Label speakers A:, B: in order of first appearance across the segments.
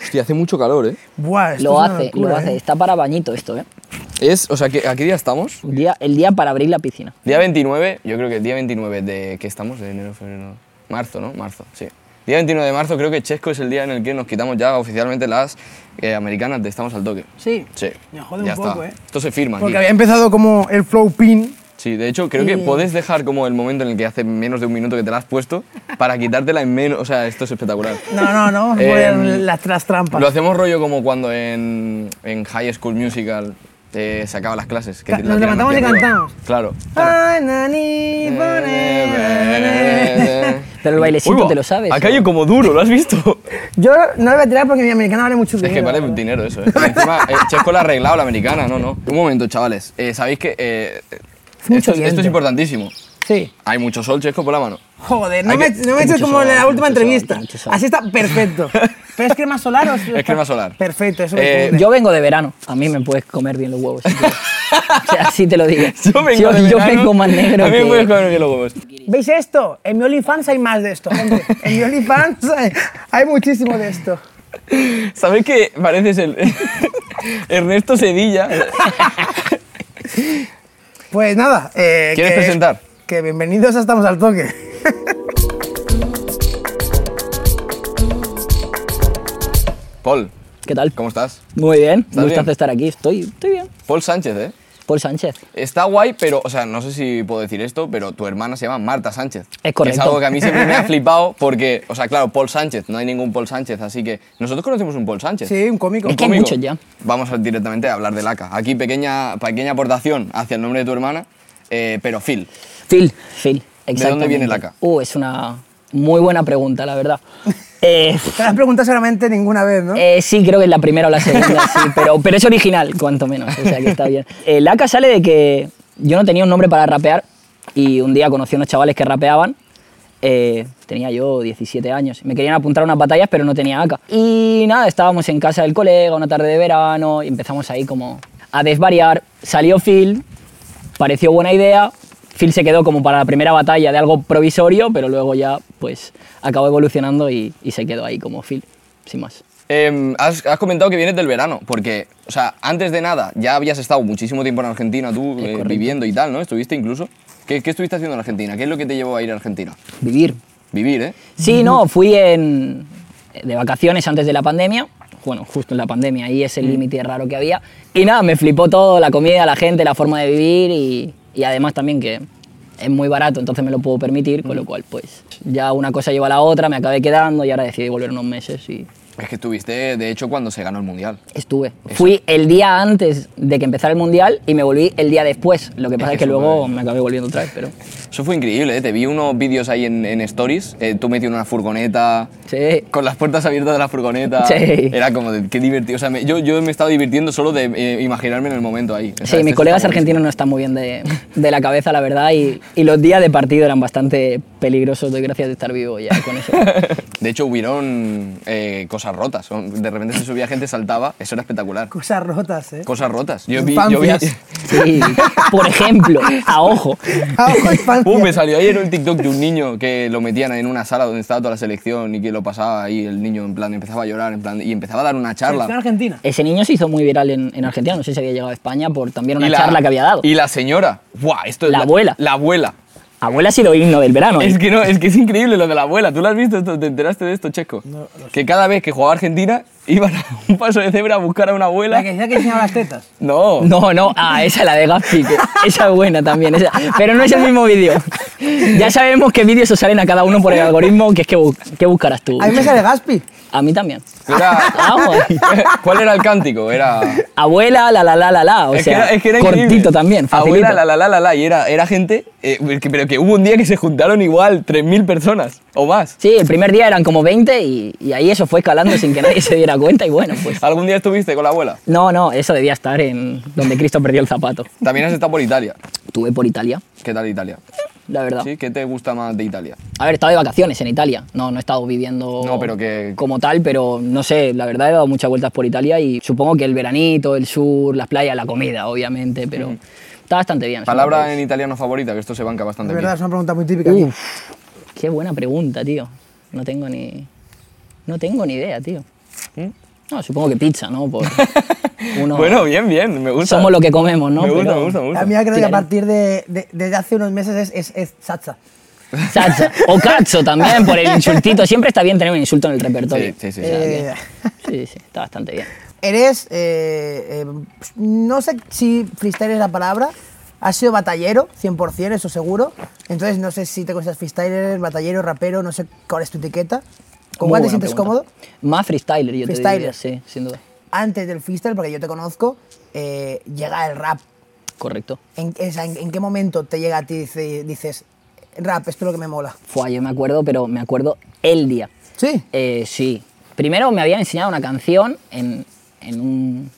A: Hostia, hace mucho calor, ¿eh?
B: Buah, esto
C: Lo
B: es una
C: hace,
B: locura,
C: lo hace.
B: ¿eh?
C: Está para bañito esto, ¿eh?
A: Es, o sea, ¿qué- ¿a qué día estamos?
C: Día- el día para abrir la piscina.
A: Día 29, yo creo que el día 29 de... ¿Qué estamos? De enero, febrero... Marzo, ¿no? Marzo, sí. Día 29 de marzo creo que Chesco es el día en el que nos quitamos ya oficialmente las eh, americanas de Estamos al Toque.
B: Sí.
A: Sí.
B: Me jode
A: ya
B: un
A: está.
B: poco, ¿eh?
A: Esto se firma
B: Porque
A: aquí.
B: había empezado como el flow pin.
A: Sí, de hecho, creo que podés dejar como el momento en el que hace menos de un minuto que te la has puesto para quitártela en menos. O sea, esto es espectacular.
B: No, no, no. vamos a
A: Eh,
B: poner las, las trampas.
A: Lo hacemos rollo como cuando en, en High School Musical eh, se acaban las clases.
B: Ca-
A: te
B: nos
A: la tiran
B: levantamos
A: hacia
B: y
A: arriba.
B: cantamos.
A: Claro.
B: Ay,
A: Eh,
B: nani, pone-
C: Pero el bailecito
A: Uy, va,
C: te lo sabes. ¿eh?
A: Ha caído como duro, ¿lo has visto?
B: Yo no lo voy a tirar porque mi americana vale mucho
A: Es
B: dinero.
A: que vale dinero eso, ¿eh? Encima, eh, Chesco la ha arreglado, la americana, no, no. Un momento, chavales. eh, Sabéis que... eh,
B: mucho
A: esto, es- esto
B: viento.
A: es importantísimo.
B: Sí.
A: Hay mucho sol, Chesco, por la mano.
B: Joder, no
A: Hay
B: me,
A: que-
B: no me
A: hay
B: eches
A: mucho
B: como en
A: sol,
B: la
A: hay
B: última
A: mucho sol,
B: entrevista.
C: hay mucho sol.
B: Así está perfecto. ¿Pero es crema solar o
A: Es crema solar.
B: Perfecto, eso
A: Eh,
B: me cunde.
C: Yo vengo de verano. A mí me puedes comer bien los huevos. si quieres. o sea, así te lo digo.
A: Yo vengo,
C: yo,
A: de
C: yo
A: verano,
C: vengo más negro.
A: A mí me
C: que-
A: puedes comer bien los huevos.
B: ¿Veis esto? En mi OnlyFans hay más de esto, gente. En mi OnlyFans hay, hay muchísimo de esto.
A: ¿Sabéis que pareces el Ernesto Sedilla?
B: Pues nada. eh,
A: ¿Quieres
B: que-
A: presentar?
B: Que bienvenidos a Estamos al Toque.
A: Paul,
C: ¿Qué tal?
A: ¿cómo estás?
C: Muy bien.
A: ¿Estás
C: Me gusta
A: bien?
C: estar aquí. Estoy, estoy bien.
A: Paul Sánchez, ¿eh?
C: Paul Sánchez.
A: Está guay, pero, o sea, no sé si puedo decir esto, pero tu hermana se llama Marta Sánchez. Que
C: correcto.
A: Es algo que a mí siempre me ha flipado porque, o sea, claro, Paul Sánchez, no hay ningún Paul Sánchez, así que nosotros conocemos un Paul Sánchez.
B: Sí, un cómico.
C: Es que hay
A: Conmigo.
C: muchos ya.
A: Vamos a- directamente a hablar de Laca. Aquí pequeña, pequeña aportación hacia el nombre de tu hermana, eh, pero Phil.
C: Phil, Phil. Exactamente.
A: dónde viene la K?
C: Uh, es una muy buena pregunta, la verdad. Eh,
B: Te las preguntas solamente ninguna vez, ¿no?
C: Eh, sí, creo que es la primera o la segunda, sí, pero, pero es original, cuanto menos, o sea que está bien. El AK sale de que yo no tenía un nombre para rapear y un día conocí a unos chavales que rapeaban, eh, tenía yo 17 años, me querían apuntar a unas batallas pero no tenía AK. Y nada, estábamos en casa del colega una tarde de verano y empezamos ahí como a desvariar, salió Phil, pareció buena idea. Phil se quedó como para la primera batalla de algo provisorio, pero luego ya pues acabó evolucionando y, y se quedó ahí como Phil, sin más.
A: Em, has, has comentado que vienes del verano, porque, o sea, antes de nada, ya habías estado muchísimo tiempo en Argentina, tú
C: Es
A: eh,
C: correcto.
A: viviendo y tal, ¿no? Estuviste incluso. ¿Qué, qué estuviste haciendo en Argentina? ¿Qué es lo que te llevó a ir a Argentina?
C: Vivir.
A: Vivir, ¿eh?
C: Sí, no, fui en, de vacaciones antes de la pandemia. Bueno, justo en la pandemia, ahí es el límite raro que había. Y nada, me flipó todo, la comida, la gente, la forma de vivir y, y además también que es muy barato, entonces me lo puedo permitir, con lo cual pues ya una cosa lleva a la otra, me acabé quedando y ahora decidí volver unos meses y
A: Es que estuviste, de hecho, cuando se ganó el Mundial.
C: estuve. Fui el día antes de que empezara el Mundial y me volví el día después. Lo que pasa
A: que
C: es que
A: eso
C: luego
A: es-
C: me acabé volviendo otra vez, pero...
A: Eso fue increíble, ¿eh? Te vi unos vídeos ahí en, en Stories, eh, tú metido en una furgoneta,
C: Sí.
A: con las puertas abiertas de la furgoneta.
C: Sí.
A: Era como, de, qué divertido. O sea, me- yo, yo me he estado divirtiendo solo de eh, imaginarme en el momento ahí. O sea,
C: Sí,
A: esto
C: mis
A: está
C: colegas
A: buenísimo.
C: argentinos no están muy bien de, de la cabeza, la verdad, y, y los días de partido eran bastante peligrosos. Doy gracias de estar vivo ya con eso.
A: De hecho, hubieron eh, cosas rotas. De repente se subía gente, saltaba. Eso era espectacular.
B: Cosas rotas, ¿eh?
A: Cosas rotas. Yo vi... Yo vi
B: Infancias.
C: Sí, por ejemplo, a ojo.
B: Ah, ojo, infancia.
A: Uh, me salió ayer un TikTok de un niño que lo metían en una sala donde estaba toda la selección y que lo pasaba ahí el niño en plan empezaba a llorar en plan y empezaba a dar una
B: Selección
A: charla.
B: Argentina.
C: Ese niño se hizo muy viral en, en Argentina, no sé si había llegado a España por también una
A: Y la-
C: charla que había dado.
A: Y la señora. Buah, esto es
C: La abuela.
A: La abuela.
C: Abuela ha sido himno del verano. ¿eh?
A: Es que no, es que es increíble lo de la abuela. ¿Tú lo has visto esto? ¿Te enteraste de esto, Checo? que cada vez que jugaba Argentina iban a un paso de cebra a buscar a una
B: La
A: abuela.
B: que decía que enseñaba las tetas.
A: No.
C: No, no, ah, esa la de Gaspi, que- esa es buena también, esa- pero no es el mismo vídeo. Ya sabemos qué vídeos os salen a cada uno por el algoritmo, que es que, bu- ¿qué buscarás tú.
B: A mí me sale Gaspi.
C: A mí también. Ah,
A: Era-
C: Vamos.
A: ¿Cuál era el cántico? Era
C: Abuela, la la la la la. O
A: Es que
C: sea,
A: era- es que era
C: cortito
A: increíble.
C: también. facilito.
A: Abuela, la, la, la, la, la, y era, era gente, eh, que- pero que hubo un día que se juntaron igual 3.000 personas o más.
C: Sí, el primer día eran como 20 y, y ahí eso fue escalando sin que nadie se diera cuenta y bueno, pues.
A: ¿Algún día estuviste con la abuela?
C: No, no, eso debía estar en donde Cristo perdió el zapato.
A: También has estado por Italia.
C: Estuve por Italia,
A: ¿Qué tal Italia?
C: la verdad.
A: ¿Sí? ¿Qué te gusta más de Italia?
C: A ver, he estado de vacaciones en Italia. No, no he estado viviendo
A: No, pero que-
C: como tal, pero no sé, la verdad he dado muchas vueltas por Italia y supongo que el veranito, el sur, las playas, la comida, obviamente, pero está bastante bien.
A: Palabra en italiano favorita, que esto se banca
B: De
A: bastante
B: verdad,
A: bien.
B: es una pregunta muy típica. aquí. ¿Mm?
C: Qué buena pregunta, tío. No tengo ni. No tengo ni idea, tío. No, supongo que pizza, ¿no? Por uno-
A: Bueno, bien, bien, me gusta.
C: somos lo que comemos, ¿no?
A: Me gusta,
C: Pero-
A: me gusta, me gusta.
B: La mía creo que a
C: Claro.
B: partir de, de- desde hace unos meses es, es, es Sacha.
C: Sacha. O cacho también, por el insultito. Siempre está bien tener un insulto en el repertorio.
A: Sí, sí, sí.
C: O sea que-
B: Eh,
C: sí, sí, está bastante bien.
B: Eres, eh, eh, no sé si freestyle es la palabra, has sido batallero, 100%, eso seguro. Entonces no sé si te consideras freestyler, batallero, rapero, no sé cuál es tu etiqueta. ¿Con
C: Muy
B: cuál te
C: buena
B: sientes
C: pregunta.
B: cómodo?
C: Más freestyler, yo
B: Freestyler.
C: te diría, sí, sin duda.
B: Antes del freestyle, porque yo te conozco, eh, llega el rap.
C: Correcto.
B: ¿En, o sea, en- en qué momento te llega a ti dice- dices, rap, esto es lo que me mola?
C: Fue, yo me acuerdo, pero me acuerdo el día.
B: Sí.
C: Eh, sí. Primero me habían enseñado una canción en, en un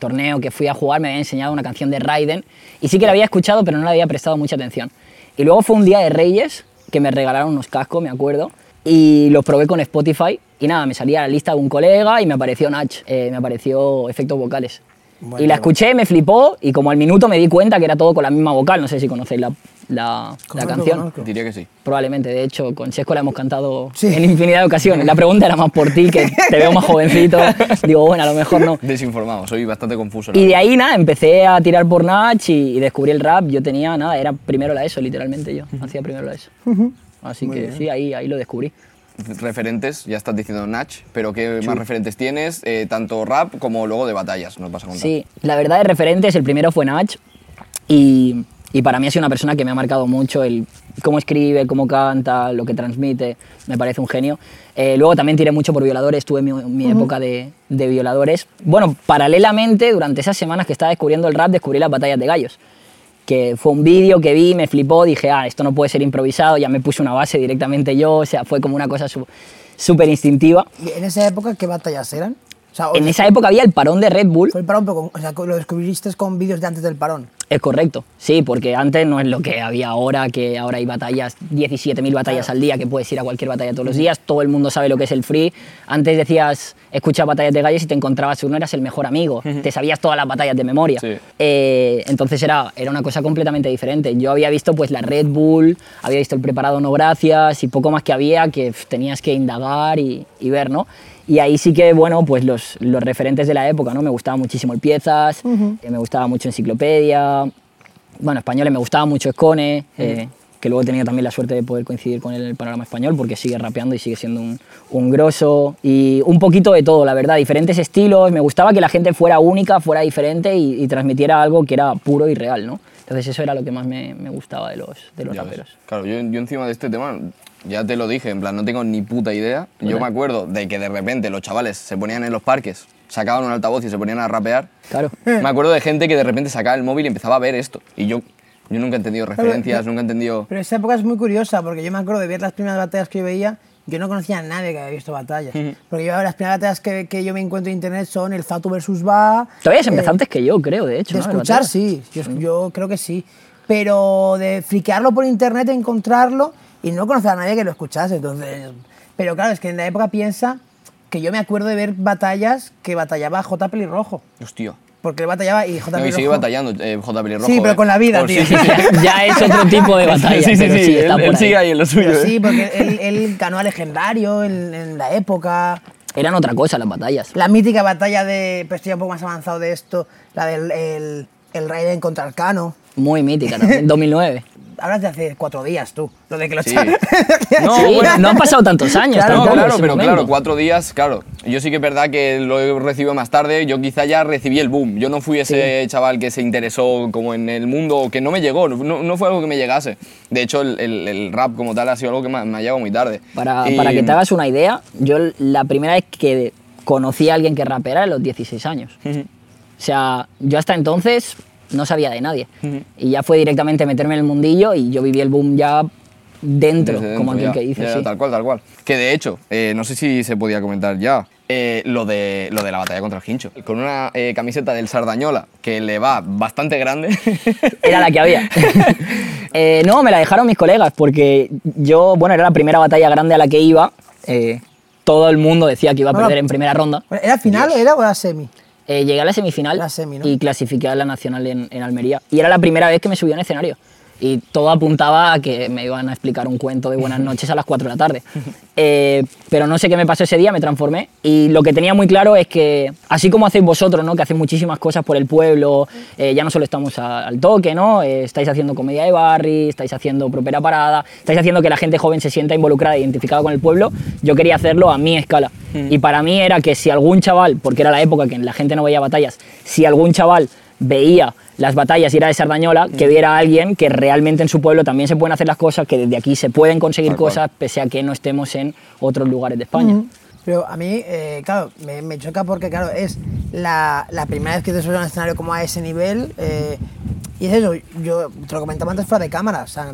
C: torneo que fui a jugar, me habían enseñado una canción de Raiden y sí que la había escuchado, pero no le había prestado mucha atención. Y luego fue un día de Reyes que me regalaron unos cascos, me acuerdo, y los probé con Spotify y nada, me salía la lista de un colega y me apareció Nach, eh, me apareció efectos vocales.
B: Bueno.
C: y la escuché, me flipó y como al minuto me di cuenta que era todo con la misma vocal, no sé si conocéis la, la- la
B: Conozco,
C: canción.
B: conozco.
A: Diría que sí.
C: Probablemente, de hecho, con Chesco la hemos cantado
B: Sí.
C: en infinidad de ocasiones. La pregunta era más por ti, que te veo más jovencito. Digo, bueno, a lo mejor no.
A: Desinformado, soy bastante confuso. la
C: Y de ahí, nada, empecé a tirar por Nach y, y descubrí el rap. Yo tenía, nada, era primero la ESO, literalmente yo. Hacía primero la ESO. Así que sí, ahí, ahí lo descubrí.
A: referentes, ya estás diciendo Nach, pero ¿qué más referentes tienes? Eh, tanto rap como luego de batallas, nos vas a contar.
C: Sí, la verdad de referentes, el primero fue Nach y, y para mí ha sido una persona que me ha marcado mucho el cómo escribe, cómo canta, lo que transmite, me parece un genio. Eh, luego también tiré mucho por violadores, tuve mi, mi época de, de violadores. Bueno, paralelamente, durante esas semanas que estaba descubriendo el rap, descubrí las batallas de gallos que fue un vídeo que vi, me flipó, dije, ah, esto no puede ser improvisado, ya me puse una base directamente yo, o sea, fue como una cosa su- súper instintiva.
B: ¿Y en esa época qué batallas eran? O sea,
C: En esa época había el parón de Red Bull,
B: fue el parón, pero con- o sea, lo descubriste con vídeos de antes del parón.
C: Es correcto, sí, porque antes no es lo que había ahora, que ahora hay batallas, 17.000 batallas al día, que puedes ir a cualquier batalla todos los días, todo el mundo sabe lo que es el free. Antes decías, escucha batallas de gallos y te encontrabas uno, eras el mejor amigo, te sabías todas las batallas de memoria.
A: Sí.
C: Eh, entonces era, era una cosa completamente diferente. Yo había visto pues la Red Bull, había visto el preparado no gracias y poco más que había que pf, tenías que indagar y, y ver, ¿no? Y ahí sí que, bueno, pues los, los referentes de la época, ¿no? Me gustaba muchísimo el Piezas, eh, me gustaba mucho Enciclopedia, bueno, españoles, me gustaba mucho Escone, eh,
B: Mm.
C: que luego he tenido también la suerte de poder coincidir con él en el panorama español, porque sigue rapeando y sigue siendo un, un grosso, y un poquito de todo, la verdad, diferentes estilos, me gustaba que la gente fuera única, fuera diferente y, y transmitiera algo que era puro y real, ¿no? Entonces eso era lo que más me, me gustaba de los, de los
A: Ya ves.
C: raperos.
A: Claro, yo, yo encima de este tema, ya te lo dije, en plan, no tengo ni puta idea. Yo
C: ¿Verdad?
A: me acuerdo de que de repente los chavales se ponían en los parques, sacaban un altavoz y se ponían a rapear.
C: Claro.
A: Me acuerdo de gente que de repente sacaba el móvil y empezaba a ver esto. Y yo, yo nunca he entendido referencias,
B: yo-
A: nunca he entendido...
B: Pero esa época es muy curiosa, porque yo me acuerdo de ver las primeras batallas que yo veía, yo no conocía a nadie que había visto batallas. Porque yo las primeras batallas que, que yo me encuentro en internet son el Fatu versus Va.
C: Tú habías empezado antes que yo, creo, de hecho.
B: Eh, De
C: ¿no? La
B: escuchar,
C: batalla.
B: sí, yo, yo creo que sí. Pero de friquearlo por internet, encontrarlo y no conocer a nadie que lo escuchase. Entonces, pero claro, es que en la época piensa que yo me acuerdo de ver batallas que batallaba J. Pelirrojo.
A: Hostia.
B: Porque él batallaba y J.
A: No, y
B: Pelirrojo.
A: sigue batallando eh, J. Pelirrojo.
B: Sí, pero
A: eh.
B: con la vida,
A: Oh,
B: tío.
A: sí, sí, sí.
C: ya es otro tipo de batalla.
A: Sí, sí,
C: pero
A: sí,
C: está
A: él,
C: por
A: él
C: ahí.
A: sigue ahí en lo suyo.
B: Pero
A: eh.
B: sí, porque él, él ganó a legendario en, en la época.
C: Eran otra cosa las batallas.
B: La mítica batalla de. Pero estoy un poco más avanzado de esto. La del el, el Raiden contra el Cano.
C: Muy mítica también, 2009.
B: Hablas de hace cuatro días tú. Lo de que los
A: Sí.
B: chavales-
A: No,
C: Sí,
A: bueno.
C: no han pasado tantos años.
B: Claro,
A: No,
C: tampoco,
A: claro,
C: ese
A: pero
C: momento.
A: claro, cuatro días, claro. Yo sí que es verdad que lo he recibido más tarde, yo quizá ya recibí el boom. Yo no fui ese chaval que se interesó como en el mundo, o que no me llegó, no, no fue algo que me llegase. De hecho, el, el- el rap como tal ha sido algo que me, ha- me ha llegado muy tarde.
C: Para,
A: Y-
C: para que te hagas una idea, yo l- la primera vez que conocí a alguien que rapera era a los 16 años. O sea, yo hasta entonces no sabía de nadie. Y ya fue directamente meterme en el mundillo y yo viví el boom ya dentro,
A: desde
C: como
A: dentro,
C: aquel que
A: ya,
C: dice.
A: ya,
C: sí.
A: Tal cual, tal cual. Que de hecho, eh, no sé si se podía comentar ya, eh, lo, de, lo de la batalla contra el Hincho. Con una eh, camiseta del Sardañola que le va bastante grande.
C: Era la que había. Eh, no, me la dejaron mis colegas porque yo, bueno, era la primera batalla grande a la que iba. Eh, todo el mundo decía que iba a
B: No, no.
C: perder en primera ronda.
B: ¿Era final o era, o era semi?
C: Eh, llegué a la semifinal
B: La semi, ¿no?
C: y clasifiqué a la nacional en, en Almería. Y era la primera vez que me subí a un escenario. y todo apuntaba a que me iban a explicar un cuento de buenas noches a las 4 de la tarde. Eh, pero no sé qué me pasó ese día, me transformé y lo que tenía muy claro es que, así como hacéis vosotros, ¿no? que hacéis muchísimas cosas por el pueblo, eh, ya no solo estamos a- al toque, ¿no? Eh, estáis haciendo comedia de barri, estáis haciendo propera parada, estáis haciendo que la gente joven se sienta involucrada e identificada con el pueblo, yo quería hacerlo a mi escala.
A: Mm.
C: Y para mí era que si algún chaval, porque era la época que la gente no veía batallas, si algún chaval veía las batallas y era de Sardañola, que
A: Mm.
C: viera a alguien que realmente en su pueblo también se pueden hacer las cosas, que desde aquí se pueden conseguir
A: Tal cual.
C: cosas, pese a que no estemos en otros lugares de España.
B: Mm. Pero a mí, eh, claro, me, me choca porque, claro, es la, la primera vez que te subes a un escenario como a ese nivel. eh, y es eso, yo te lo comentaba antes fuera de cámara. O sea,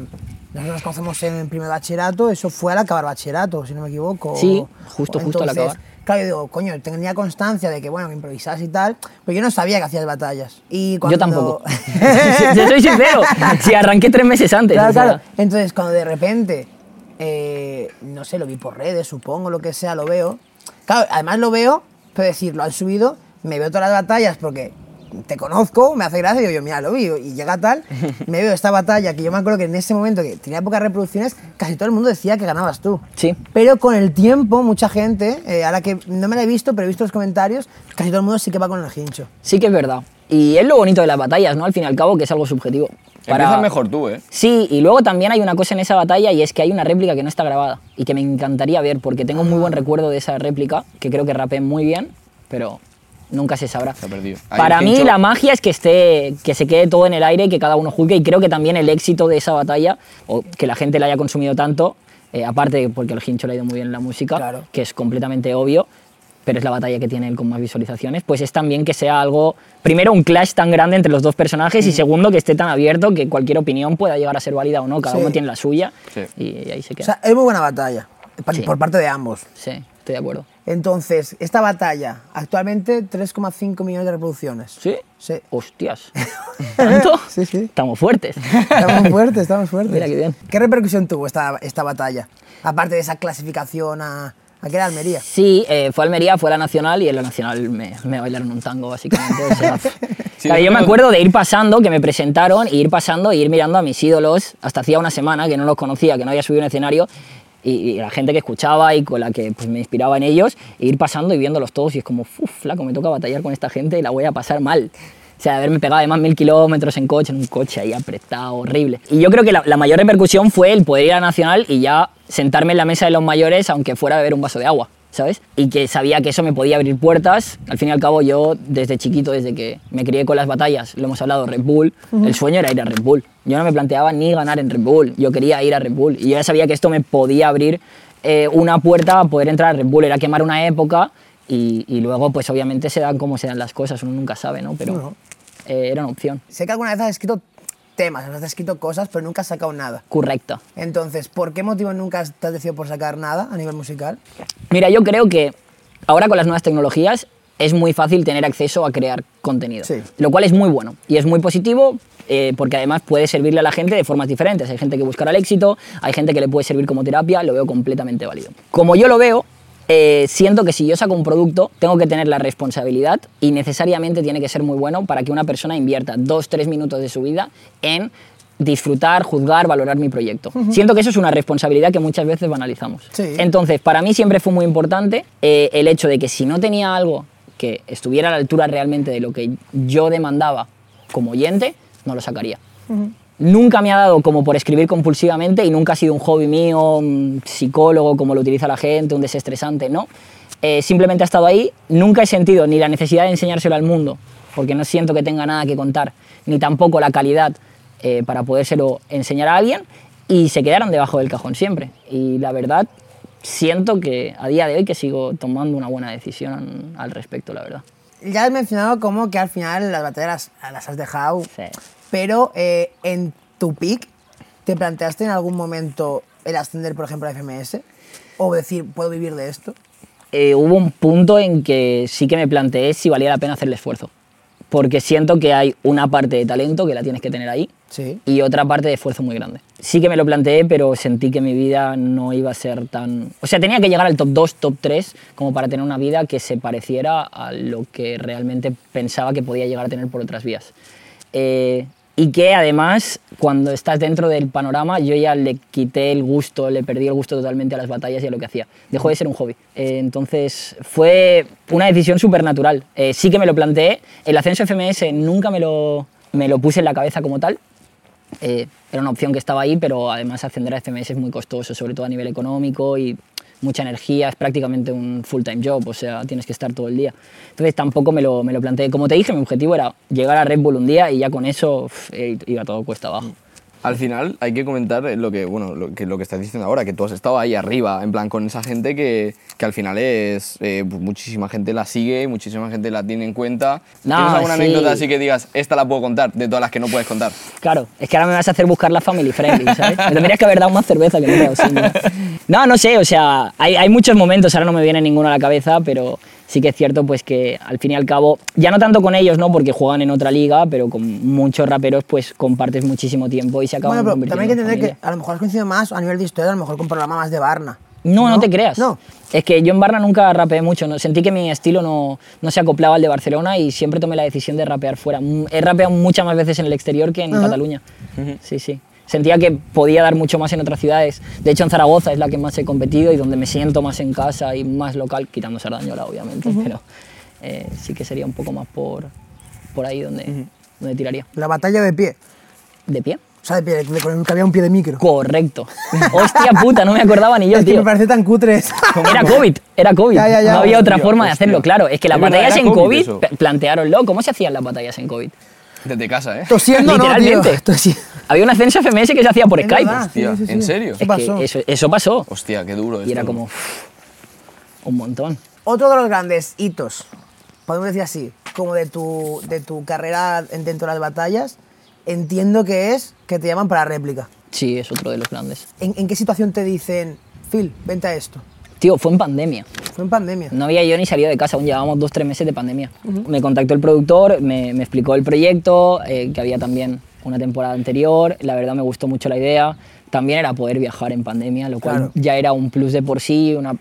B: nosotros nos conocemos en el primer bachillerato, eso fue al acabar bachillerato, si no me equivoco.
C: Sí, justo, justo al
B: Entonces,
C: acabar.
B: Claro, yo digo, coño, tenía constancia de que, bueno, que improvisas y tal, pero yo no sabía que hacías batallas. Y cuando...
C: Yo tampoco. Yo soy sincero. Si arranqué tres meses antes.
B: Claro,
C: o sea,
B: claro. Entonces, cuando de repente, eh, no sé, lo vi por redes, supongo, lo que sea, lo veo. Claro, además lo veo, pero decir, lo han subido, me veo todas las batallas porque te conozco, me hace gracia, y digo yo, mira, lo vi, y llega tal, me veo esta batalla que yo me acuerdo que en ese momento que tenía pocas reproducciones, casi todo el mundo decía que ganabas tú.
C: Sí.
B: Pero con el tiempo, mucha gente, eh, ahora que no me la he visto, pero he visto los comentarios, casi todo el mundo sí que va con el hincho.
C: Sí que es verdad. Y es lo bonito de las batallas, ¿no? Al fin y al cabo, que es algo subjetivo.
A: Empiezas mejor tú, ¿eh?
C: Sí, y luego también hay una cosa en esa batalla y es que hay una réplica que no está grabada y que me encantaría ver porque tengo muy buen
A: Ah.
C: recuerdo de esa réplica, que creo que rapé muy bien, pero nunca se sabrá.
A: Se ha perdido. Ahí
C: Para
A: el
C: mí
A: pincho.
C: la magia es que esté que se quede todo en el aire, que cada uno juzgue y creo que también el éxito de esa batalla o que la gente la haya consumido tanto, eh, aparte de porque el hincho le ha ido muy bien en la música,
B: Claro.
C: que es completamente obvio, pero es la batalla que tiene él con más visualizaciones, pues es también que sea algo, primero, un clash tan grande entre los dos personajes y
B: Mm.
C: segundo, que esté tan abierto que cualquier opinión pueda llegar a ser válida o no, cada
B: Sí.
C: uno tiene la suya
A: Sí.
C: y ahí se
B: O
C: queda.
B: sea, es muy buena batalla, pa-
C: Sí.
B: por parte de ambos.
C: sí, estoy de acuerdo.
B: Entonces, esta batalla, actualmente 3,5 millones de reproducciones.
C: ¿Sí?
B: Sí.
C: Hostias. ¿Tanto?
B: Sí, sí.
C: Estamos fuertes.
B: Estamos fuertes, estamos fuertes.
C: Mira qué bien.
B: ¿Qué repercusión tuvo esta, esta batalla? Aparte de esa clasificación a... ¿A qué era Almería?
C: Sí, eh, fue a Almería, fue a la Nacional y en la Nacional me, me bailaron un tango, básicamente. o sea, claro, yo me acuerdo de ir pasando, que me presentaron, y ir pasando e ir mirando a mis ídolos hasta hacía una semana que no los conocía, que no había subido un escenario. Y, y la gente que escuchaba y con la que pues, me inspiraba en ellos, e ir pasando y viéndolos todos, y es como, uff, flaco, me toca batallar con esta gente y la voy a pasar mal. O sea, de haberme pegado además mil kilómetros en coche, en un coche ahí apretado, horrible. Y yo creo que la, la mayor repercusión fue el poder ir a Nacional y ya sentarme en la mesa de los mayores, aunque fuera a beber un vaso de agua, ¿sabes? Y que sabía que eso me podía abrir puertas. Al fin y al cabo, yo desde chiquito, desde que me crié con las batallas, lo hemos hablado, Red Bull, el sueño era ir a Red Bull. Yo no me planteaba ni ganar en Red Bull, yo quería ir a Red Bull. Y yo ya sabía que esto me podía abrir eh, una puerta a poder entrar a Red Bull, era quemar una época. Y, y luego, pues obviamente se dan como se dan las cosas, uno nunca sabe, ¿no? Pero
B: No.
C: eh, era una opción
B: Sé que alguna vez has escrito temas, has escrito cosas, pero nunca has sacado nada.
C: correcta.
B: Entonces, ¿por qué motivo nunca has- te has decidido por sacar nada a nivel musical?
C: Mira, yo creo que ahora con las nuevas tecnologías es muy fácil tener acceso a crear contenido,
B: Sí.
C: lo cual es muy bueno y es muy positivo eh, porque además puede servirle a la gente de formas diferentes. Hay gente que buscará el éxito, hay gente que le puede servir como terapia, lo veo completamente válido. Como yo lo veo, eh, siento que si yo saco un producto, tengo que tener la responsabilidad y necesariamente tiene que ser muy bueno para que una persona invierta dos, tres minutos de su vida en disfrutar, juzgar, valorar mi proyecto. Siento que eso es una responsabilidad que muchas veces banalizamos.
B: Sí.
C: Entonces, para mí siempre fue muy importante eh, el hecho de que si no tenía algo que estuviera a la altura realmente de lo que yo demandaba como oyente, no lo sacaría. Nunca me ha dado como por escribir compulsivamente y nunca ha sido un hobby mío, un psicólogo como lo utiliza la gente, un desestresante, no. Eh, simplemente ha estado ahí, nunca he sentido ni la necesidad de enseñárselo al mundo, porque no siento que tenga nada que contar, ni tampoco la calidad eh, para podérselo enseñar a alguien, y se quedaron debajo del cajón siempre. Y la verdad, siento que a día de hoy que sigo tomando una buena decisión al respecto, la verdad.
B: Ya has mencionado como que al final las batallas las, las has dejado,
C: Sí.
B: pero eh, en tu pick, ¿te planteaste en algún momento el ascender, por ejemplo, a FMS? O decir, ¿puedo vivir de esto?
C: eh, hubo un punto en que sí que me planteé si valía la pena hacer el esfuerzo. Porque siento que hay una parte de talento que la tienes que tener ahí
B: Sí.
C: y otra parte de esfuerzo muy grande. Sí que me lo planteé, pero sentí que mi vida no iba a ser tan... O sea, tenía que llegar al top 2, top 3, como para tener una vida que se pareciera a lo que realmente pensaba que podía llegar a tener por otras vías. Eh, y que además cuando estás dentro del panorama yo ya le quité el gusto, le perdí el gusto totalmente a las batallas y a lo que hacía. Dejó de ser un hobby. Eh, entonces fue una decisión súper natural. Eh, sí que me lo planteé. El ascenso FMS nunca me lo, me lo puse en la cabeza como tal. Eh, era una opción que estaba ahí, pero además ascender a FMS es muy costoso, sobre todo a nivel económico y mucha energía, es prácticamente un full-time job, o sea, tienes que estar todo el día. Entonces tampoco me lo, me lo planteé. Como te dije, mi objetivo era llegar a Red Bull un día y ya con eso uf, eh, iba todo cuesta abajo.
A: Al final hay que comentar lo que, bueno, lo que, lo que estás diciendo ahora, que tú has estado ahí arriba, en plan con esa gente que, que al final es, eh, pues muchísima gente la sigue, muchísima gente la tiene en cuenta.
C: No,
A: ¿Tienes alguna
C: sí.
A: anécdota así que digas, esta la puedo contar, de todas las que no puedes contar?
C: Claro, es que ahora me vas a hacer buscar la family friendly, ¿sabes? Me tendrías que haber dado más cerveza que no te he dado, sí, mira. No, no sé, o sea, hay, hay muchos momentos, ahora no me viene ninguno a la cabeza, pero sí que es cierto pues que al fin y al cabo, ya no tanto con ellos, ¿no? Porque juegan en otra liga, pero con muchos raperos pues compartes muchísimo tiempo y se acaban
B: Bueno, pero también hay que
C: convirtiendo en
B: entender que
C: familia.
B: a lo mejor has coincidido más a nivel de historia, a lo mejor con programas más de Barna.
C: No, no, te creas.
B: No.
C: Es que yo en Barna nunca rapeé mucho. ¿no? Sentí que mi estilo no, no se acoplaba al de Barcelona y siempre tomé la decisión de rapear fuera. Mm, He rapeado muchas más veces en el exterior que en
B: Ajá.
C: Cataluña. Sí, sí. Sentía que podía dar mucho más en otras ciudades. De hecho, en Zaragoza es la que más he competido y donde me siento más en casa y más local, quitando Sardañola, obviamente. Pero eh, sí que sería un poco más por, por ahí donde, donde tiraría.
B: La batalla de pie.
C: ¿De pie?
B: O sea, de pie, de- con el que había un pie de micro.
C: Correcto. Hostia puta, no me acordaba ni yo,
B: es que
C: tío.
B: me parece tan cutre eso.
C: Era COVID, era COVID.
B: Ya, ya, ya.
C: no había otra
A: Hostia,
C: forma de hacerlo,
A: hostia.
C: claro. Es que las
A: Es verdad,
C: batallas
A: era
C: en
A: COVID
C: COVID,
A: eso.
C: plantearon plantearonlo, ¿cómo se hacían las batallas en COVID?
A: Desde casa, ¿eh?
B: Tosiendo, no, tío.
C: Literalmente.
B: Tosi-
C: Había un ascenso FMS que se hacía por
B: Es
C: Skype.
B: verdad, sí,
A: Hostia,
B: sí, sí.
A: ¿en serio?
B: Eso
C: Es que
B: pasó.
C: eso, eso pasó.
A: Hostia, qué duro
C: Y era
A: esto.
C: como uff, un montón.
B: Otro de los grandes hitos, podemos decir así, como de tu, de tu carrera en- dentro de las batallas, entiendo que es que te llaman para réplica.
C: Sí, es otro de los grandes.
B: ¿En, en qué situación te dicen, Phil, vente a esto?
C: Tío, fue en pandemia.
B: Fue en pandemia. Ah,
C: No había yo ni salido de casa, aún llevábamos dos, tres meses de pandemia. Me contactó el productor, me, me explicó el proyecto, eh, que había también una temporada anterior. La verdad me gustó mucho la idea. También era poder viajar en pandemia, lo cual
B: Claro.
C: ya era un plus de por sí, una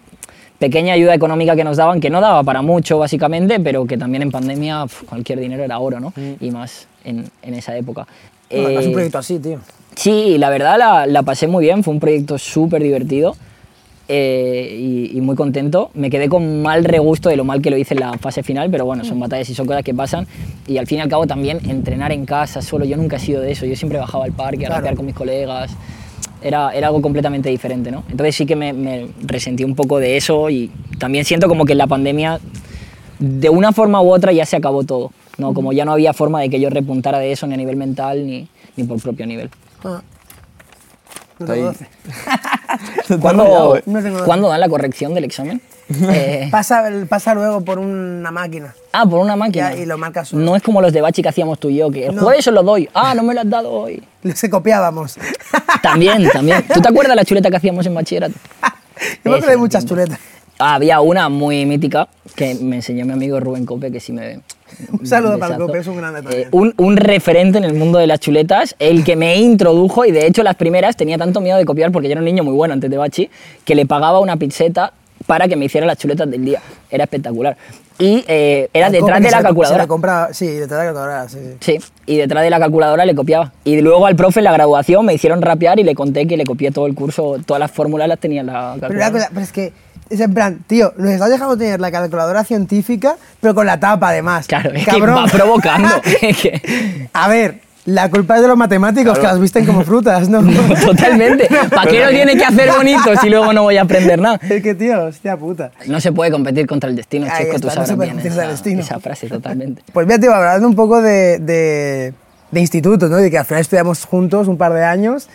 C: pequeña ayuda económica que nos daban, que no daba para mucho básicamente, pero que también en pandemia pf, cualquier dinero era oro, ¿no?
B: Mm.
C: Y más en, en esa época.
B: No, no es un
C: Eh,
B: proyecto así, tío.
C: Sí, la verdad la, la pasé muy bien, fue un proyecto súper divertido eh, y, y muy contento. Me quedé con mal regusto de lo mal que lo hice en la fase final, pero bueno, son batallas y son cosas que pasan. Y al fin y al cabo también entrenar en casa solo, yo nunca he sido de eso, yo siempre bajaba al parque a
B: Claro.
C: rapear con mis colegas, era, era algo completamente diferente, ¿no? Entonces sí que me, me resentí un poco de eso y también siento como que en la pandemia de una forma u otra ya se acabó todo. ¿no? Como ya no había forma de que yo repuntara de eso ni a nivel mental ni, ni por propio nivel.
B: Ah. No
A: Ahí.
B: tengo 12.
C: ¿Cuándo,
A: eh?
B: No tengo duda.
C: cuándo dan la corrección del examen? Eh,
B: Pasa, el- pasa luego por una máquina.
C: ah, por una máquina.
B: Ya, y lo marcas solo.
C: No es como los de Bachi que hacíamos tú y yo, que el
B: No.
C: jueves se lo doy. Ah, no me lo has dado hoy.
B: Los que copiábamos.
C: También, también. ¿Tú te acuerdas la chuleta que hacíamos en bachillerato?
B: Yo me acuerdo de
C: Ese
B: muchas
C: tiempo.
B: chuletas.
C: Había una muy mítica que me enseñó mi amigo Rubén Cope, que si me...
B: Un saludo para el
C: besazo.
B: Cope, es un grande
C: Eh,
B: también.
C: un, un referente en el mundo de las chuletas, el que me introdujo y de hecho las primeras tenía tanto miedo de copiar porque yo era un niño muy bueno antes de Bachi, que le pagaba una pizzeta para que me hiciera las chuletas del día. Era espectacular. Y eh, era
B: Al
C: detrás
B: Cope que
C: de
B: se
C: la
B: la- se
C: calculadora.
B: la compraba- sí, detrás de la calculadora, sí, sí.
C: Sí, y detrás de la calculadora le copiaba. Y luego al profe en la graduación me hicieron rapear y le conté que le copié todo el curso, todas las fórmulas las tenía en la
B: Pero, una
C: calculadora.
B: cosa- pero es que, es en plan, tío, nos estás dejando tener la calculadora científica, pero con la tapa además.
C: Claro, es
B: Cabrón.
C: que va provocando. Es que-
B: A ver, la culpa es de los matemáticos que las visten como frutas, ¿no?
C: totalmente. ¿Para qué lo tiene que hacer bonito si luego no voy a aprender nada?
B: es que, tío, hostia puta.
C: No se puede competir contra el destino,
B: Ahí
C: chico,
B: está,
C: tú
B: no
C: sabrás
B: se puede
C: bien
B: competir
C: esa,
B: contra el destino.
C: esa frase totalmente.
B: Pues mira, te iba hablando un poco de, de, de instituto, ¿no? De que al final estudiamos juntos un par de años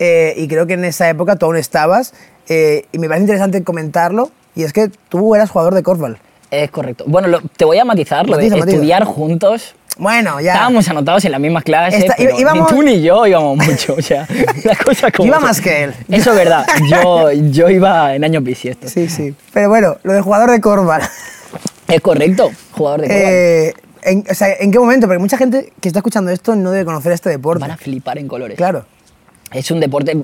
B: eh, y creo que en esa época tú aún estabas eh, y me parece interesante comentarlo y es que tú eras jugador de corfball.
C: Es correcto. Bueno, lo- te voy a matizar lo de
B: Matiza, matiza.
C: estudiar juntos.
B: Bueno, ya.
C: Estábamos anotados en las mismas clases,
B: Está-
C: pero
B: íbamos-
C: ni tú ni yo íbamos mucho, o sea, las cosas como
B: Iba
C: son.
B: más que él.
C: Eso es verdad, yo, yo iba en años bisiesto.
B: Sí, sí. Pero bueno, lo de jugador de corfball.
C: Es correcto, jugador de corral.
B: Eh, en, o sea, ¿en qué momento? Porque mucha gente que está escuchando esto no debe conocer este deporte.
C: Van a flipar en colores.
B: Claro.
C: Es un deporte,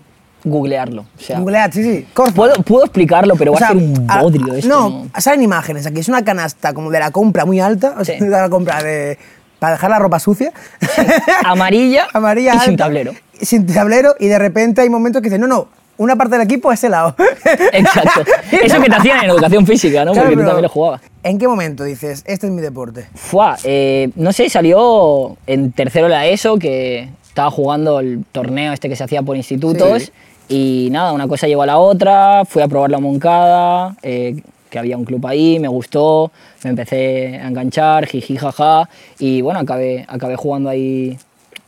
C: googlearlo, o sea,
B: Googlead, sí, sí. Corfball.
C: puedo, puedo explicarlo, pero
B: O
C: va
B: sea,
C: a ser un
B: a-
C: bodrio esto.
B: No, salen imágenes. Aquí es una canasta como de la compra muy alta. O sea,
C: Sí.
B: de la compra de para dejar la ropa sucia.
C: Amarilla,
B: Amarilla.
C: y sin
B: alta,
C: tablero.
B: Sin tablero y de repente hay momentos que dicen, no, no, una parte del equipo es ese lado.
C: Exacto. Eso que te hacían en educación física, ¿no?
B: Claro,
C: Porque tú
B: pero,
C: también lo jugabas.
B: ¿En qué momento dices, este es mi deporte?
C: Fua, eh, no sé, salió en tercero de la ESO que estaba jugando el torneo este que se hacía por institutos y nada, una cosa llevó a la otra, fui a probar la Moncada, eh, que había un club ahí, me gustó, me empecé a enganchar, jiji, jaja, y bueno, acabé, acabé jugando ahí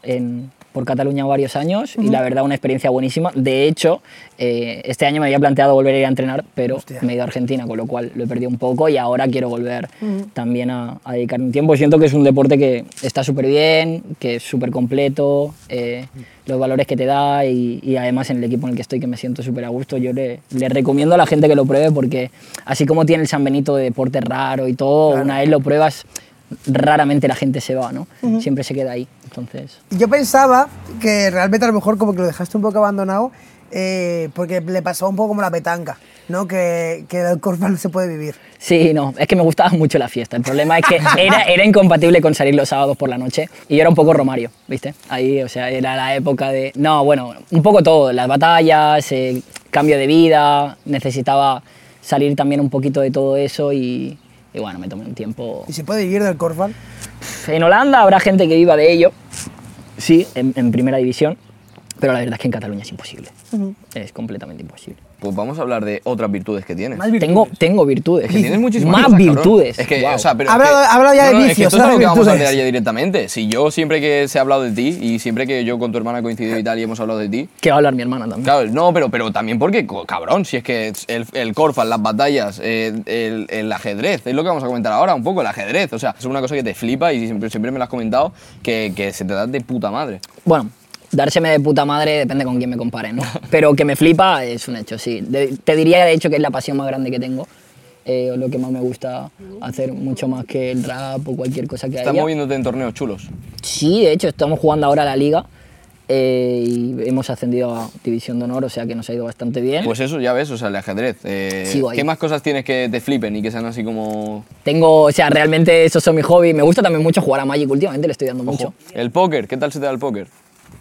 C: en- por Cataluña varios años y la verdad una experiencia buenísima. De hecho, eh, este año me había planteado volver a ir a entrenar, pero
B: Hostia.
C: me he ido a Argentina, con lo cual lo he perdido un poco y ahora quiero volver también a, a dedicar un tiempo. Siento que es un deporte que está súper bien, que es súper completo, eh, los valores que te da y, y además en el equipo en el que estoy que me siento súper a gusto. Yo le, le recomiendo a la gente que lo pruebe porque así como tiene el San Benito de deporte raro y todo, una vez lo pruebas, raramente la gente se va, ¿no? Siempre se queda ahí. Entonces...
B: Yo pensaba que realmente a lo mejor como que lo dejaste un poco abandonado eh, porque le pasó un poco como la petanca, ¿no? Que, que el corpa no se puede vivir.
C: Sí, no, es que me gustaba mucho la fiesta. El problema es que era, era incompatible con salir los sábados por la noche y yo era un poco Romario, ¿viste? Ahí, o sea, era la época de... No, bueno, un poco todo, las batallas, eh, cambio de vida, necesitaba salir también un poquito de todo eso y, y bueno, me tomé un tiempo...
B: ¿Y se puede vivir del corfball?
C: En Holanda habrá gente que viva de ello, sí, en, en primera división, pero la verdad es que en Cataluña es imposible, es completamente imposible.
A: Pues vamos a hablar de otras virtudes que tienes.
B: Más virtudes.
C: Tengo, tengo virtudes.
A: Es que tienes muchísimas
C: Más
A: cosas, cabrón.
C: virtudes.
A: Es que,
C: Guau.
A: o sea, pero es
B: Habla-
A: que-
B: habla ya de
A: es que
B: vicios,
A: esto es
B: habla
A: lo
B: de
A: que vamos a
B: virtudes.
A: hablar ya directamente. Si yo siempre que se ha hablado de ti y siempre que yo con tu hermana he coincidido y tal y hemos hablado de ti,
C: Que va a hablar mi hermana también.
A: Claro, no, pero, pero también porque, co- cabrón, si es que es el, el Corfan, las batallas, eh, el, el ajedrez, es lo que vamos a comentar ahora, un poco el ajedrez. O sea, es una cosa que te flipa y siempre, siempre me lo has comentado, que, que se te da de puta madre.
C: Bueno, dárseme de puta madre depende con quién me comparen, ¿no? Pero que me flipa es un hecho, sí. De- te diría, de hecho, que es la pasión más grande que tengo. eh, o lo que más me gusta hacer, mucho más que el rap o cualquier cosa que
A: Estás
C: haya.
A: moviéndote en torneos chulos.
C: Sí, de hecho, estamos jugando ahora a la liga eh, y hemos ascendido a División de Honor, o sea que nos ha ido bastante bien.
A: Pues eso, ya ves, o sea, el ajedrez. Eh,
C: ¿Eh? Sigo ahí.
A: ¿Qué más cosas tienes que te flipen y que sean así como...
C: Tengo, o sea, realmente esos son mis hobbies. Me gusta también mucho jugar a Magic últimamente, le estoy dando mucho.
A: El póker, ¿qué tal se te da el póker?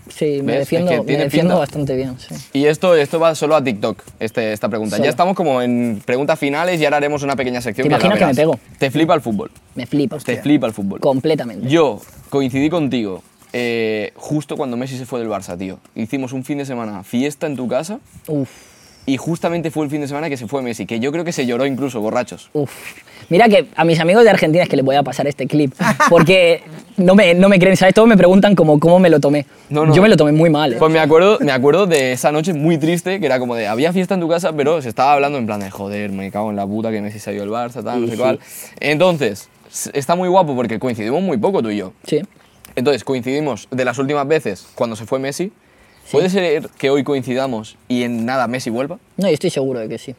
C: Sí,
A: ¿Ves?
C: me
A: Es
C: defiendo,
A: que
C: me
A: tiene
C: defiendo
A: pinta.
C: bastante bien, sí.
A: Y esto, esto va solo a TikTok, este, esta pregunta.
C: Solo.
A: Ya estamos como en preguntas finales y ahora haremos una pequeña sección.
C: ¿Te
A: que la
C: imaginas que me
A: verás. Te flipa el fútbol.
C: Me flipa.
A: Te flipa el fútbol.
C: Completamente.
A: Yo coincidí contigo eh, justo cuando Messi se fue del Barça, tío. Hicimos un fin de semana fiesta en tu casa
C: Uf.
A: y justamente fue el fin de semana que se fue Messi, que yo creo que se lloró incluso, borrachos.
C: Uf. Mira que a mis amigos de Argentina es que les voy a pasar este clip, porque no me, no me creen, ¿sabes? Todos me preguntan como, cómo me lo tomé.
A: No, no.
C: Yo me lo tomé muy mal. ¿eh?
A: Pues me acuerdo, me acuerdo de esa noche muy triste, que era como de, había fiesta en tu casa, pero se estaba hablando en plan de, joder, me cago en la puta que Messi se dio el Barça, tal, no
C: Sí,
A: sé
C: sí.
A: cuál. Entonces, s- está muy guapo porque coincidimos muy poco tú y yo.
C: Sí.
A: Entonces, coincidimos de las últimas veces cuando se fue Messi. ¿Puede ser que hoy coincidamos y en nada Messi vuelva?
C: No, yo estoy seguro de que sí.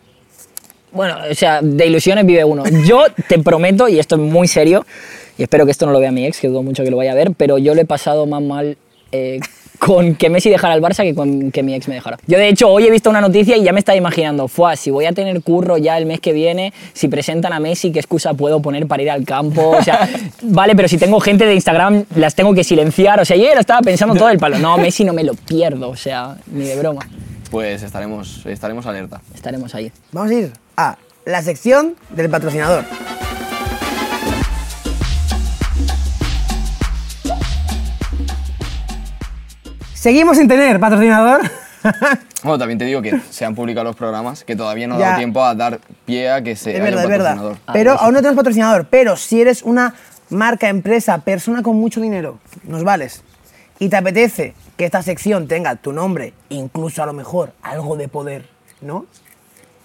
C: Bueno, o sea, de ilusiones vive uno. Yo te prometo, y esto es muy serio, y espero que esto no lo vea mi ex, que dudo mucho que lo vaya a ver, pero yo lo he pasado más mal eh, con que Messi dejara el Barça que con que mi ex me dejara. Yo, de hecho, hoy he visto una noticia y ya me estaba imaginando, fue si voy a tener curro ya el mes que viene, si presentan a Messi, ¿qué excusa puedo poner para ir al campo? O sea, vale, pero si tengo gente de Instagram, las tengo que silenciar. O sea, yo ya lo estaba pensando todo el palo. No, Messi no me lo pierdo, o sea, ni de broma.
A: Pues estaremos, estaremos alerta.
C: Estaremos ahí.
B: Vamos a ir a la sección del patrocinador. Seguimos sin tener patrocinador.
A: Bueno, también te digo que se han publicado los programas, que todavía no ha
B: Ya.
A: dado tiempo a dar pie a que se
B: es
A: haya
B: verdad, es
A: un
B: verdad.
A: patrocinador.
C: Ah,
B: Pero
C: eso
B: aún no tenemos patrocinador. Pero si eres una marca, empresa, persona con mucho dinero, nos vales. Y te apetece que esta sección tenga tu nombre, incluso a lo mejor algo de poder, ¿no?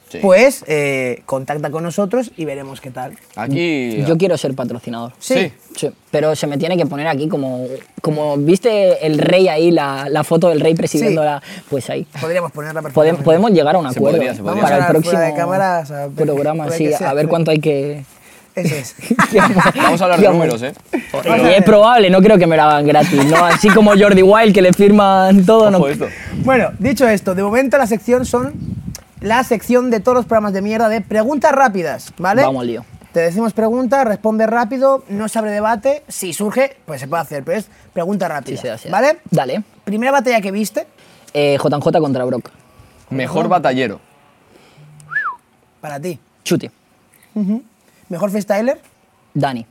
A: Sí.
B: Pues eh, contacta con nosotros y veremos qué tal.
A: Aquí.
C: Yo quiero ser patrocinador.
A: Sí.
C: Sí, pero se me tiene que poner aquí como, como viste el rey ahí, la, la foto del rey presidiendo
B: Sí.
C: la... Pues ahí.
B: Podríamos ponerla perfectamente.
C: Podemos, podemos llegar a un
A: Se
C: acuerdo
A: podría, se podría.
C: para el
B: Vamos a hablar
C: próximo
B: fuera de cámaras, a ver- a
C: programa,
B: ver
C: sí,
B: qué se
C: a ver
B: hace.
C: cuánto hay que...
B: Eso es.
A: Vamos a hablar de números, ¿eh?
B: a
C: Y
B: ver.
C: es probable, no creo que me lo hagan gratis, ¿no? Así como Jordi Wild que le firman todo,
A: Ojo
C: no...
A: esto.
B: Bueno, dicho esto, de momento la sección son la sección de todos los programas de mierda de preguntas rápidas, ¿vale?
C: Vamos al lío.
B: Te decimos preguntas, responde rápido, no se abre debate. Si surge, pues se puede hacer, pero es pregunta rápida.
C: Sí, sí, así es.
B: ¿Vale?
C: Dale.
B: Primera batalla que viste,
C: Eh, JJ contra Brock.
A: Mejor batallero.
B: para ti.
C: Chuti.
B: Mejor freestyler,
C: Dani.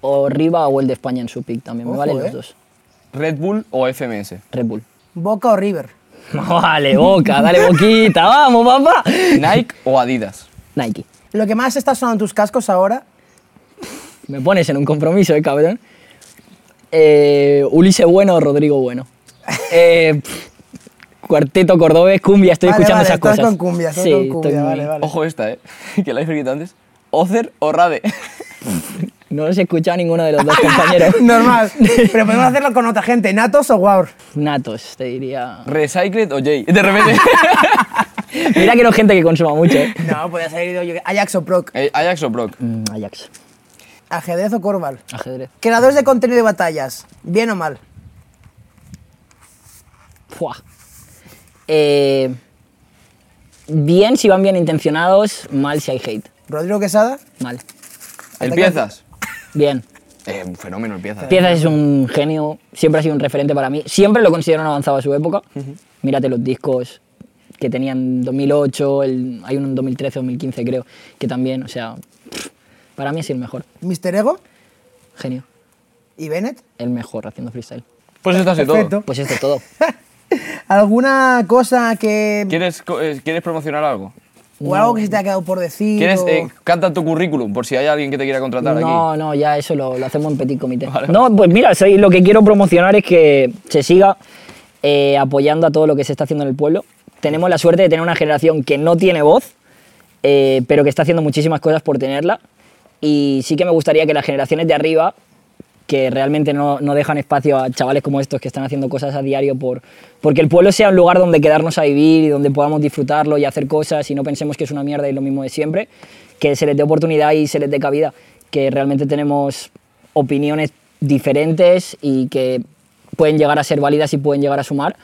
C: O Riva o el de España en su pick también.
B: Ojo,
C: Me valen
B: eh.
C: los dos.
A: Red Bull o FMS.
C: Red Bull.
B: Boca o River.
C: Vale, boca, dale boquita, vamos, papá.
A: Nike o Adidas.
C: Nike.
B: Lo que más está sonando en tus cascos ahora,
C: Me pones en un compromiso, eh, cabrón. Eh, Ulises Bueno o Rodrigo Bueno. Eh, pff, cuarteto cordobés, cumbia, estoy
B: Vale,
C: escuchando
B: vale,
C: esas
B: estás
C: cosas.
B: con cumbia, estás
C: sí,
B: con cumbia,
C: estoy muy-
B: vale, vale.
A: Ojo esta, eh. Que la he escrito antes. Ozer o Rade.
C: No los he escuchado a ninguno de los dos compañeros.
B: normal. pero podemos hacerlo con otra gente, Natos o Guaur.
C: Natos, te diría.
A: Recycled o Jay. De repente.
C: Mira que no es gente que consuma mucho, eh.
B: No, podía salir yo. Ajax o Proc.
A: Eh, Ajax o Brock.
C: Mm, Ajax,
B: Ajedrez o Corval.
C: ajedrez.
B: Creadores de contenido de batallas, bien o mal.
C: Fua. Eh, bien si van bien intencionados, mal si hay hate.
B: Rodrigo Quesada,
C: Mal.
A: El Piezas.
C: Bien.
A: Eh, un fenómeno el Piezas.
C: Piezas es un genio, siempre ha sido un referente para mí. Siempre lo considero un avanzado a su época. Mírate los discos que tenían 2008, el, hay uno en 2013, 2015 creo, que también, o sea, pff, para mí es el mejor.
B: Mister Ego
C: Genio.
B: y Bennett.
C: El mejor haciendo freestyle.
A: Pues esto ha sido todo.
B: Perfecto.
C: Pues esto es todo.
B: ¿Alguna cosa que.
A: ¿Quieres, co- eh, ¿Quieres promocionar algo?
B: o algo que se te ha quedado por decir?
A: ¿Quieres
B: o-
A: eh, canta tu currículum por si hay alguien que te quiera contratar aquí?
C: No, no, ya eso lo, lo hacemos en petit comité.
A: Vale.
C: No, pues mira, soy- lo que quiero promocionar es que se siga eh, apoyando a todo lo que se está haciendo en el pueblo. Tenemos la suerte de tener una generación que no tiene voz, eh, pero que está haciendo muchísimas cosas por tenerla. Y sí que me gustaría que las generaciones de arriba, que realmente no, no dejan espacio a chavales como estos que están haciendo cosas a diario, por, porque el pueblo sea un lugar donde quedarnos a vivir y donde podamos disfrutarlo y hacer cosas y no pensemos que es una mierda y lo mismo de siempre, que se les dé oportunidad y se les dé cabida, que realmente tenemos opiniones diferentes y que pueden llegar a ser válidas y pueden llegar a sumar.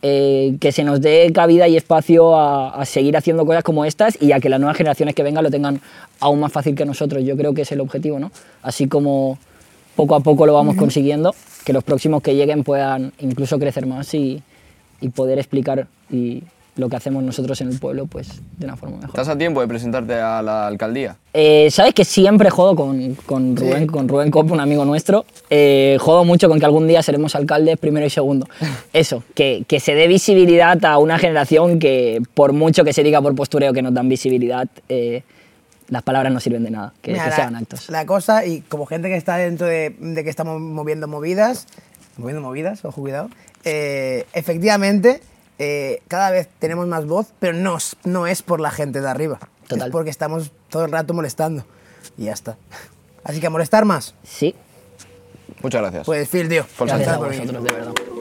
C: eh, que se nos dé cabida y espacio a, a seguir haciendo cosas como estas y a que las nuevas generaciones que vengan lo tengan aún más fácil que nosotros. Yo creo que es el objetivo, ¿no? Así como poco a poco lo vamos consiguiendo, que los próximos que lleguen puedan incluso crecer más y, y poder explicar y lo que hacemos nosotros en el pueblo pues de una forma mejor.
A: ¿Estás a tiempo de presentarte a la alcaldía?
C: Eh, Sabes que siempre jodo con, con Rubén, con Rubén Cop, un amigo nuestro. Eh, jodo mucho con que algún día seremos alcaldes primero y segundo. Eso, que, que se dé visibilidad a una generación que, por mucho que se diga por postureo que nos dan visibilidad, eh, las palabras no sirven de nada, que,
B: Mira,
C: que
B: la-
C: sean actos.
B: La cosa, y como gente que está dentro de, de que estamos moviendo movidas, moviendo movidas, ojo, cuidado, eh, efectivamente, eh, cada vez tenemos más voz, pero no, es- no es por la gente de arriba.
C: Total.
B: Es porque estamos todo el rato molestando. Y ya está. Así que a molestar más.
C: Sí,
A: Muchas gracias.
B: Pues, Phil, tío.
A: Por
B: gracias
C: gracias a
B: por venir.
C: vosotros, de verdad.